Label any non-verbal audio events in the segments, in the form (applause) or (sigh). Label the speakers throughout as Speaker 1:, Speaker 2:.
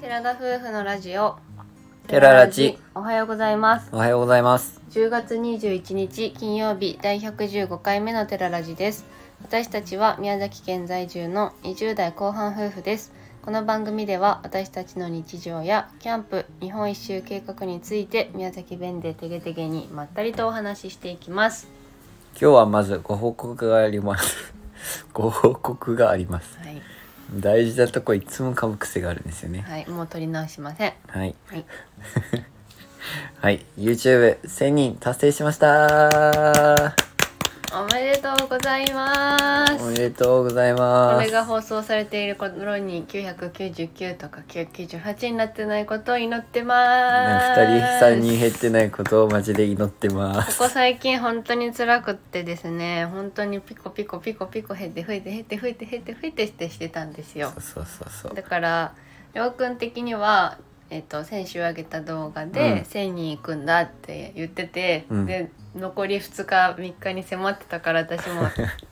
Speaker 1: 寺田夫婦のラジオ
Speaker 2: テララジ
Speaker 1: おはようございます
Speaker 2: おはようございます。
Speaker 1: 10月21日金曜日第115回目のテララジです私たちは宮崎県在住の20代後半夫婦ですこの番組では私たちの日常やキャンプ日本一周計画について宮崎弁でてげてげにまったりとお話ししていきます
Speaker 2: 今日はまずご報告があります。 (laughs) ご報告があります。
Speaker 1: はい、
Speaker 2: 大事なとこいつも噛む癖があるんですよね。
Speaker 1: はい、もう取り直しません
Speaker 2: はい。
Speaker 1: はい、
Speaker 2: はい。YouTube1000 人達成しました
Speaker 1: おめでとうございます
Speaker 2: おめでとうございま
Speaker 1: こ
Speaker 2: す。
Speaker 1: れが放送されている頃に999とか998になってないことを祈ってます
Speaker 2: 2人3人減ってないことをマジで祈ってま
Speaker 1: こ
Speaker 2: す。
Speaker 1: こ最近本当に辛くってですね本当にピコピコピコピコ減って増えて減って増えて減って増えてしてしてたんですよ
Speaker 2: そうそうそうそう。
Speaker 1: だからりょうくん的にはえっと先週上げた動画
Speaker 2: うん
Speaker 1: で1000人行くんだって言ってて、
Speaker 2: うん
Speaker 1: で残り2日3日に迫ってたから私
Speaker 2: (laughs)
Speaker 1: も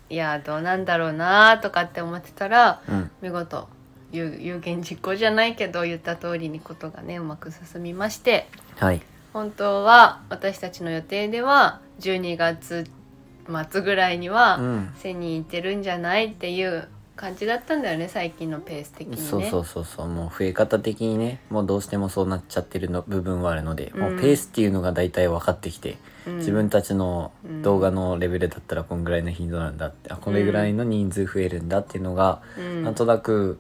Speaker 1: いやどうなんだろうなとかって思ってたら
Speaker 2: うん。
Speaker 1: 見事有有言実行じゃないけど言った通りにことがねうまく進みまして
Speaker 2: はい。
Speaker 1: 本当は私たちの予定では12月末ぐらいに
Speaker 2: う
Speaker 1: は
Speaker 2: ん。
Speaker 1: 1000人いってるんじゃないっていう感じだったんだよね最近のペース的にね。
Speaker 2: そうそうそうそうもう増え方的にねもうどうしてもそうなっちゃってるの部分はあるので、もうペースっていうのが大体分かってき
Speaker 1: う
Speaker 2: て、
Speaker 1: ん
Speaker 2: 自分たちの動画のレベルだったらこんぐらいの頻度なんだって、あこれぐらいの人数増えるんだっていうのが、
Speaker 1: うん
Speaker 2: なんとなく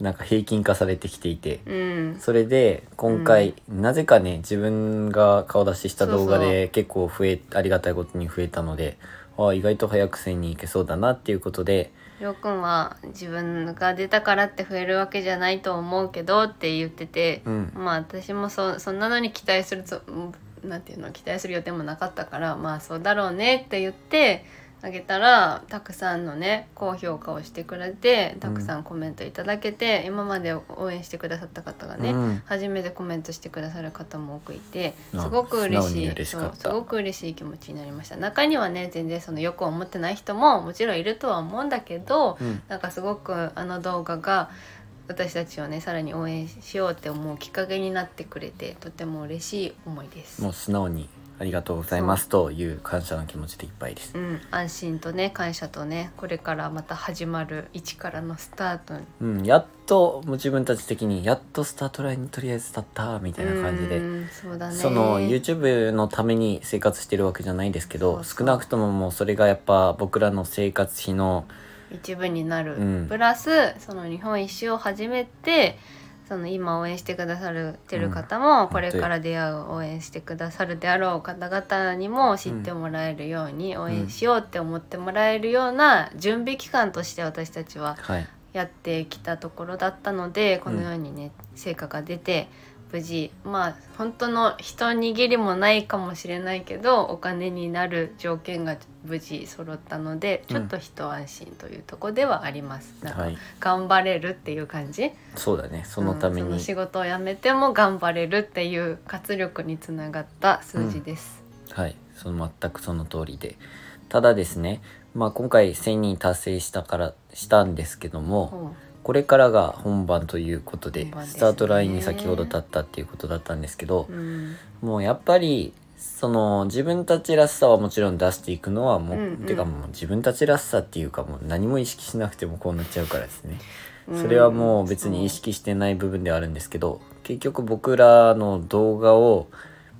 Speaker 2: なんか平均化されてきていて、
Speaker 1: うん
Speaker 2: それで今回、なぜかね自分が顔出しした動画
Speaker 1: そう
Speaker 2: で結構増えありがたいことに増えたのであ意外と早く1000人いけそうだなっていうことで
Speaker 1: りょうくんは自分が出たからって増えるわけじゃないと思うけどって言ってて、
Speaker 2: うん
Speaker 1: まあ私もそそんなのに期待するつうんなんていうの期待する予定もなかったからまあそうだろうねって言ってあげたらたくさんのね高評価をしてくれてたくさんコメントいただけて、今まで応援してくださった方がね、
Speaker 2: うん
Speaker 1: 初めてコメントしてくださる方も多くいて
Speaker 2: あ
Speaker 1: すごく嬉
Speaker 2: 素直
Speaker 1: し
Speaker 2: に
Speaker 1: い
Speaker 2: 嬉しかった
Speaker 1: そうすごく嬉しい気持ちになりました中にはね全然そのよく思ってない人ももちろんいるとは思うんだけど、
Speaker 2: うん
Speaker 1: なんかすごくあの動画が私たちをねさらに応援しようって思うきっかけになってくれてとても嬉しい思いです。
Speaker 2: もう素直にありがとうございますという感謝の気持ちでいっぱいです
Speaker 1: う。ん、安心とね感謝とねこれからまた始まる一からのスタート
Speaker 2: うん、やっともう自分たち的にやっとスタートラインにとりあえず立ったみたいな感じで。
Speaker 1: うんそうだね
Speaker 2: その YouTube のために生活してるわけじゃないですけど
Speaker 1: そうそう
Speaker 2: 少なくとももうそれがやっぱ僕らの生活費の
Speaker 1: 一部になる、
Speaker 2: うん
Speaker 1: プラスその日本一周を始めてその今応援してくださるってる方も、これから出会う応援してくださるであろう方々にも知ってもらえるように、応援しようって思ってもらえるような準備期間として私たちは
Speaker 2: はい
Speaker 1: やってきたところだったのでこのようにね、成果が出て無事まあ本当の一握りもないかもしれないけどお金になる条件が無事揃ったので
Speaker 2: うん
Speaker 1: ちょっと一安心というところではあります。なんか
Speaker 2: はい
Speaker 1: 頑張れるっていう感じ
Speaker 2: そうだねそのため
Speaker 1: うん
Speaker 2: に、
Speaker 1: その仕事を辞めても頑張れるっていう活力につながった数字です。
Speaker 2: はいその全くその通りでただですねまあ今回1000人達成したからしたんですけども
Speaker 1: うん
Speaker 2: これからが本番ということで
Speaker 1: 本番ですね
Speaker 2: スタートラインに先ほど立ったっていうことだったんですけど、
Speaker 1: うん
Speaker 2: もうやっぱりその自分たちらしさはもちろん出していくのはもう、
Speaker 1: うんうん
Speaker 2: てかもう自分たちらしさっていうかもう何も意識しなくてもこうなっちゃうからですね、
Speaker 1: うん
Speaker 2: それはもう別に意識してない部分ではあるんですけど結局僕らの動画を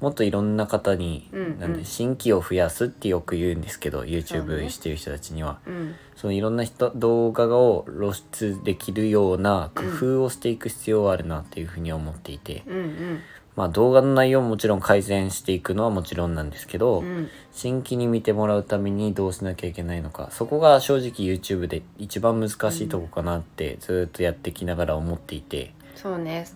Speaker 2: もっといろんな方に、
Speaker 1: うんうん
Speaker 2: なんで新規を増やすってよく言うんですけど
Speaker 1: そうね
Speaker 2: YouTube してる人たちには、
Speaker 1: うん
Speaker 2: そのいろんな人動画を露出できるような工夫をしていく必要はあるなっていうふうに思っていて。
Speaker 1: うんうん
Speaker 2: まあ動画の内容ももちろん改善していくのはもちろんなんですけど、
Speaker 1: うん
Speaker 2: 新規に見てもらうためにどうしなきゃいけないのかそこが正直 YouTube で一番難しいとこかなってずっとやってきながら思っていて、
Speaker 1: そうね、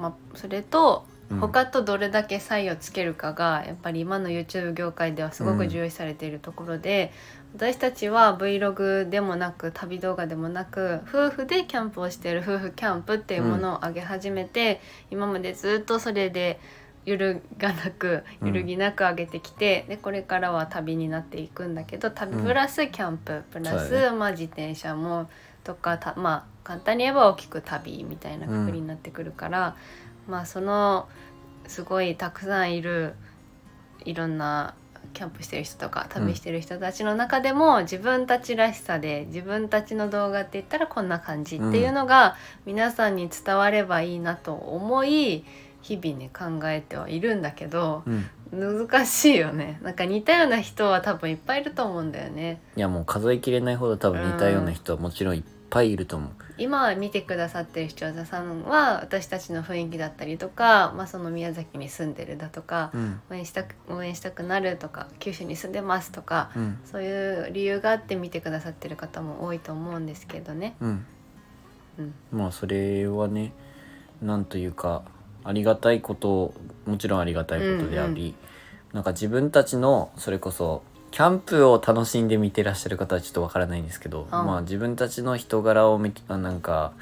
Speaker 1: まあ、それと
Speaker 2: うん
Speaker 1: 他とどれだけ差異をつけるかがやっぱり今の YouTube 業界ではすご
Speaker 2: う
Speaker 1: く
Speaker 2: ん
Speaker 1: 重視されているところで、私たちは Vlog でもなく旅動画でもなく夫婦でキャンプをしている夫婦キャンプっていうものを上げ始めて、今までずっとそれで揺るがなく
Speaker 2: うん
Speaker 1: 揺るぎなく上げてきて、でこれからは旅になっていくんだけど旅
Speaker 2: うん
Speaker 1: プラスキャンププラ
Speaker 2: そう
Speaker 1: ス、
Speaker 2: だ
Speaker 1: まあ、自転車もとかたまあ簡単に言えば大きく旅みたいなくくりになってくるから、まあそのすごいたくさんいるいろんなキャンプしてる人とか旅してる人たちの中でも、自分たちらしさで自分たちの動画って言ったらこんな感じっていうのが、皆さんに伝わればいいなと思い日々ね考えてはいるんだけど
Speaker 2: うん、
Speaker 1: 難しいよねなんか似たような人は多分いっぱいいると思うんだよね
Speaker 2: いやもう数えきれないほど多分似たような人はもちろんいっぱいいると思う、
Speaker 1: 今見てくださってる視聴者さんは私たちの雰囲気だったりとか、まあ、その宮崎に住んでるだとか
Speaker 2: うん
Speaker 1: 応援したく応援したくなるとか九州に住んでますとか
Speaker 2: うん
Speaker 1: そういう理由があって見てくださってる方も多いと思うんですけどね。
Speaker 2: うん、
Speaker 1: うん
Speaker 2: まあそれはねなんというかありがたいこともちろんありがたいことであ
Speaker 1: うんう
Speaker 2: り、なんか自分たちのそれこそキャンプを楽しんで見てらっしゃる方はちょっとわからないんですけど、まあ自分たちの人柄を見てあなんか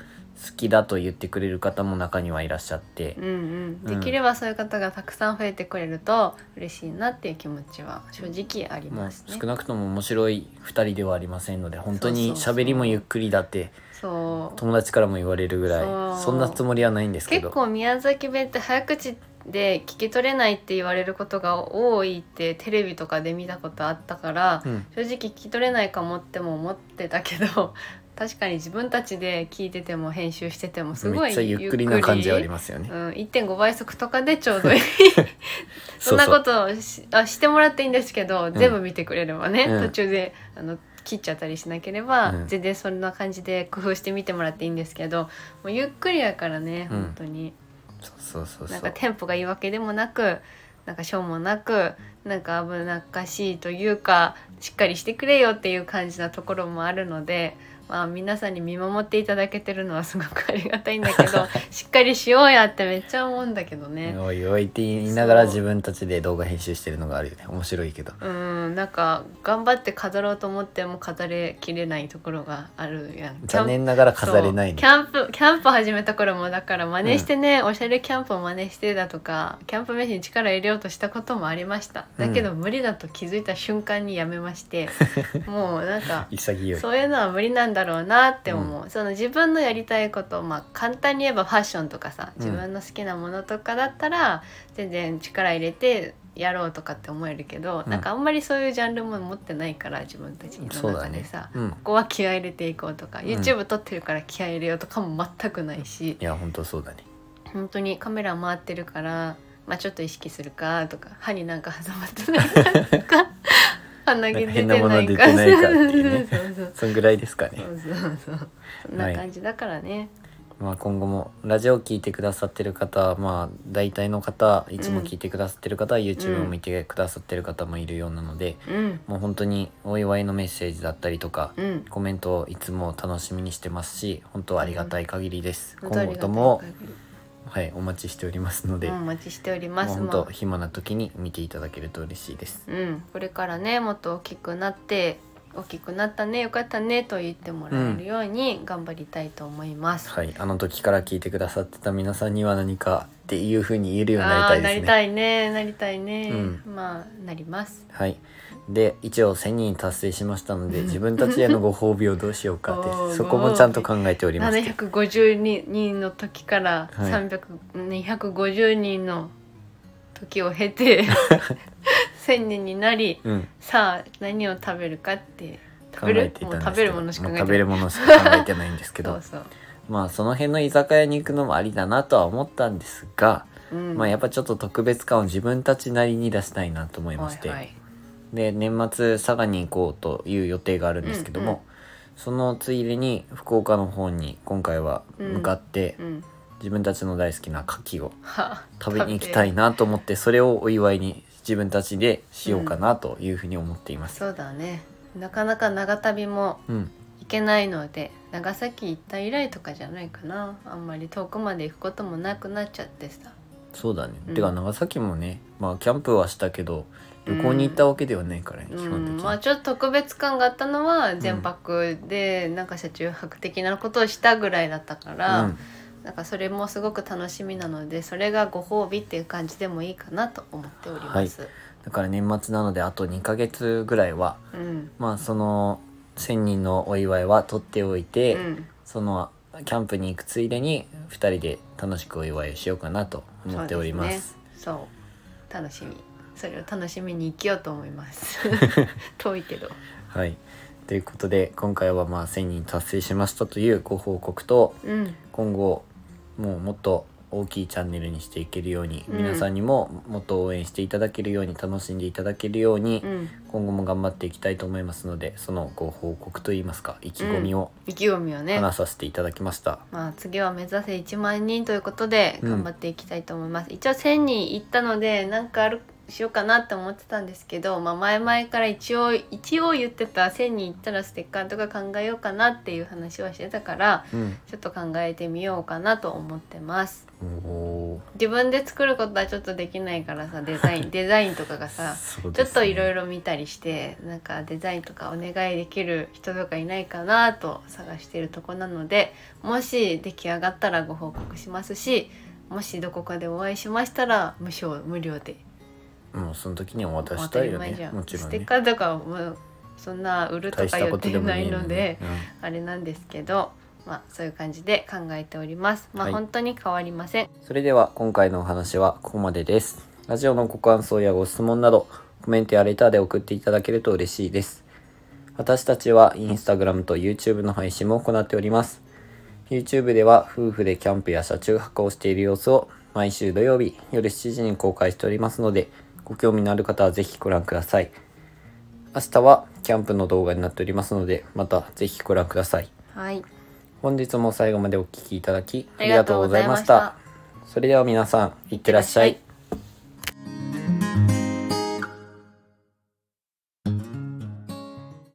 Speaker 2: 好きだと言ってくれる方も中にはいらっしゃって
Speaker 1: うん、うん、できればそういう方がたくさん増えてくれると嬉しいなっていう気持ちは正直あり
Speaker 2: まあ
Speaker 1: ますね
Speaker 2: 少。なくとも面白い2人ではありませんので本当に
Speaker 1: そうそうそう
Speaker 2: 喋りもゆっくりだって
Speaker 1: そう
Speaker 2: 友達からも言われるぐらい
Speaker 1: そう
Speaker 2: そんなつもりはないんですけ
Speaker 1: 結
Speaker 2: ど
Speaker 1: 構宮崎弁って早口で聞き取れないって言われることが多いってテレビとかで見たことあったから、
Speaker 2: うん
Speaker 1: 正直聞き取れないかもっても思ってたけど (laughs) 確かに自分たちで聞いてても編集しててもすごい
Speaker 2: めっちゃゆっくりな感じはありますよね。
Speaker 1: うん、1.5倍速とかでちょう
Speaker 2: (laughs)
Speaker 1: どいい (laughs) そ
Speaker 2: うん
Speaker 1: なことをしあしてもらっていいんですけど、全部見てくれればね、
Speaker 2: うん
Speaker 1: 途中であの切っちゃったりしなければ、
Speaker 2: うん
Speaker 1: 全然そんな感じで工夫してみてもらっていいんですけどもうゆっくりやからね
Speaker 2: うん
Speaker 1: 本当に、
Speaker 2: そうそうそうそ
Speaker 1: なん
Speaker 2: う
Speaker 1: かテンポがいいわけでもなくなんかしょうもなくなんか危なっかしいというかしっかりしてくれよっていう感じなところもあるので、まあ、皆さんに見守っていただけてるのはすごくありがたいんだけ
Speaker 2: (laughs)
Speaker 1: どしっかりしようやってめっちゃ思うんだけどね。
Speaker 2: おいおいって言いながら
Speaker 1: そう
Speaker 2: 自分たちで動画編集してるのがあるよね面白いけど
Speaker 1: うんなんか頑張って飾ろうと思っても飾れきれないところがあるやんキャ
Speaker 2: 残
Speaker 1: ン
Speaker 2: 念ながら飾れな
Speaker 1: そう
Speaker 2: いね
Speaker 1: キャンプキャンプ始めた頃もだから真似してね、おしゃれキャンプを真似してだとかキャンプ飯に力入れようとしたこともありましただけど無理だと気づいた瞬間にやめま
Speaker 2: (laughs)
Speaker 1: して、もうなんか
Speaker 2: 潔い
Speaker 1: そういうのは無理なんだろうなって思う、その自分のやりたいことまあ簡単に言えばファッションとかさ
Speaker 2: うん
Speaker 1: 自分の好きなものとかだったら全然力入れてやろうとかって思えるけど、
Speaker 2: うん
Speaker 1: なんかあんまりそういうジャンルも持ってないから自分たち
Speaker 2: そ
Speaker 1: の
Speaker 2: うだ
Speaker 1: 中
Speaker 2: ね
Speaker 1: でさ、
Speaker 2: うん
Speaker 1: ここは気合い入れていこうとか、
Speaker 2: ん
Speaker 1: YouTube 撮ってるから気合い入れようとかも全くないし
Speaker 2: いや本当そうだね
Speaker 1: 本当にカメラ回ってるから、まあ、ちょっと意識するかとか歯になんか挟まってないかとか鼻毛出て
Speaker 2: (laughs) なんか変なもの
Speaker 1: ない
Speaker 2: 出て
Speaker 1: か
Speaker 2: ないかっていうね
Speaker 1: (laughs) そうそうそう
Speaker 2: そんぐらいですか
Speaker 1: そ
Speaker 2: ね
Speaker 1: うそうそう。そんな感じだからね。
Speaker 2: まあ今後もラジオ聞いてくださってる方まあ大体の方いつも聞いてくださってる方は YouTube を見てくださってる方もいるようなので
Speaker 1: うん。
Speaker 2: もう本当にお祝いのメッセージだったりとか
Speaker 1: うん。
Speaker 2: コメントをいつも楽しみにしてますし本当ありがたい限りです
Speaker 1: 本当あ
Speaker 2: 今
Speaker 1: りが
Speaker 2: 後
Speaker 1: た
Speaker 2: と
Speaker 1: い
Speaker 2: もはいお待ちしておりますので、
Speaker 1: うんお待ちしており
Speaker 2: まあ、
Speaker 1: ます。
Speaker 2: 本
Speaker 1: も
Speaker 2: 当暇な時に見ていただけると嬉しいです。
Speaker 1: ううん。これからね、もっと大きくなって、大きくなったね、よかったねと言ってもらえるように頑張りたいと思います。
Speaker 2: はい、あの時から聞いてくださってた皆さんには何かっていう風に言えるようになり
Speaker 1: あ
Speaker 2: た
Speaker 1: あー
Speaker 2: い
Speaker 1: な
Speaker 2: で
Speaker 1: り
Speaker 2: すね。
Speaker 1: たいね、なりたいね。
Speaker 2: う
Speaker 1: まあなります。
Speaker 2: はい、で一応1,000人達成しましたの
Speaker 1: (laughs)
Speaker 2: で自分たちへのご褒美をどうしようかっ
Speaker 1: お
Speaker 2: て
Speaker 1: ー
Speaker 2: そこもちゃんと考えておりまして
Speaker 1: 750人の時から
Speaker 2: はい
Speaker 1: 300、250人の時を経
Speaker 2: (laughs)
Speaker 1: て1,000人になり、
Speaker 2: うん、
Speaker 1: さあ何を食べるかって食
Speaker 2: 考
Speaker 1: べ
Speaker 2: え
Speaker 1: る
Speaker 2: てい
Speaker 1: も
Speaker 2: た
Speaker 1: うん食
Speaker 2: で
Speaker 1: べる
Speaker 2: すけど
Speaker 1: も
Speaker 2: も
Speaker 1: の
Speaker 2: う
Speaker 1: しか考え
Speaker 2: 食べ
Speaker 1: て
Speaker 2: る
Speaker 1: ない
Speaker 2: ものしか考えてないんです
Speaker 1: (laughs)
Speaker 2: け
Speaker 1: そ
Speaker 2: ど
Speaker 1: うそう、
Speaker 2: まあその辺の居酒屋に行くのもありだなとは思ったんですが、
Speaker 1: うん、
Speaker 2: まあやっぱちょっと特別感を自分たちなりに出したいなと思いまして、
Speaker 1: はいはい
Speaker 2: で年末佐賀に行こうという予定があるんですけども、
Speaker 1: うんうん
Speaker 2: そのついでに福岡の方に今回は向かって、
Speaker 1: うん、
Speaker 2: 自分たちの大好きな牡蠣を
Speaker 1: は
Speaker 2: 食べに行きたいなと思ってそれをお祝いに自分たちでしようかなというふうに思っています。
Speaker 1: そうだねなかなか長旅も
Speaker 2: うん、
Speaker 1: 行けないので長崎行った以来とかじゃないかなあんまり遠くまで行くこともなくなっちゃってさ
Speaker 2: そうだね、
Speaker 1: うん
Speaker 2: てか長崎もねまあキャンプはしたけど旅行に行ったわけではないからね、
Speaker 1: う
Speaker 2: 基本的
Speaker 1: ん
Speaker 2: に。
Speaker 1: まあちょっと特別感があったのは全泊でなんか車中泊的なことをしたぐらいだったから、
Speaker 2: うん
Speaker 1: なんかそれもすごく楽しみなのでそれがご褒美っていう感じでもいいかなと思っております。
Speaker 2: だから年末なのであと2ヶ月ぐらいは
Speaker 1: うん、
Speaker 2: まあその1,000人のお祝いは取っておいて、
Speaker 1: うん、
Speaker 2: そのキャンプに行くついでに2人で楽しくお祝いをしようかなと思っており
Speaker 1: そ
Speaker 2: ます。
Speaker 1: うですねそう楽しみそれを楽しみに生きようと思います
Speaker 2: (laughs)
Speaker 1: 遠いけど
Speaker 2: はいということで今回はまあ1,000人達成しましたというご報告と
Speaker 1: うん
Speaker 2: 今後もうもっと大きいチャンネルにしていけるように、
Speaker 1: うん
Speaker 2: 皆さんにももっと応援していただけるように楽しんでいただけるように、
Speaker 1: うん
Speaker 2: 今後も頑張っていきたいと思いますのでそのご報告といいますか意気込みを
Speaker 1: 意気込みをね
Speaker 2: 話させていただきました、
Speaker 1: まあ次は目指せ1万人ということで
Speaker 2: うん
Speaker 1: 頑張っていきたいと思います、一応1000人行ったのでなんかあるしようかなって思ってたんですけど、まあ、前々から一応一応言ってた1000人行ったらステッカーとか考えようかなっていう話はしてたから
Speaker 2: うん
Speaker 1: ちょっと考えてみようかなと思ってます
Speaker 2: お
Speaker 1: 自分で作ることはちょっとできないから
Speaker 2: (laughs)
Speaker 1: さデザインデザインとかがさ
Speaker 2: ー
Speaker 1: ちょっといろい
Speaker 2: ろ
Speaker 1: ろ見たりしてなんかデザインとかお願いできる人とかいないかなと探してるとこなのでもし出来上がったらご報告しますしもしどこかでお会いしましたら無償無料で
Speaker 2: もうその時には渡
Speaker 1: 当
Speaker 2: した
Speaker 1: た
Speaker 2: い
Speaker 1: り
Speaker 2: よ
Speaker 1: 前じ
Speaker 2: ね
Speaker 1: ゃん
Speaker 2: もちろ
Speaker 1: ス
Speaker 2: ん
Speaker 1: テッ
Speaker 2: ね
Speaker 1: カーとかはもうそんな売ると
Speaker 2: 大
Speaker 1: か
Speaker 2: した
Speaker 1: 予
Speaker 2: ことで
Speaker 1: 定
Speaker 2: も
Speaker 1: な
Speaker 2: ねえ
Speaker 1: いので
Speaker 2: うん
Speaker 1: あれなんですけどまあそういう感じで考えておりますまあ
Speaker 2: はい
Speaker 1: 本当に変わりません、
Speaker 2: それでは今回のお話はここまでです。ラジオのご感想やご質問などコメントやレターで送っていただけると嬉しいです。私たちはインスタグラムと YouTube の配信も行っております。YouTube では夫婦でキャンプや車中泊をしている様子を毎週土曜日夜7時に公開しておりますのでご興味のある方はぜひご覧ください。明日はキャンプの動画になっておりますのでまたぜひご覧ください。
Speaker 1: はい
Speaker 2: 本日も最後までお聴きいただき
Speaker 1: ありがとうございました
Speaker 2: ありがとうございましたそれでは皆さんいってらっしゃい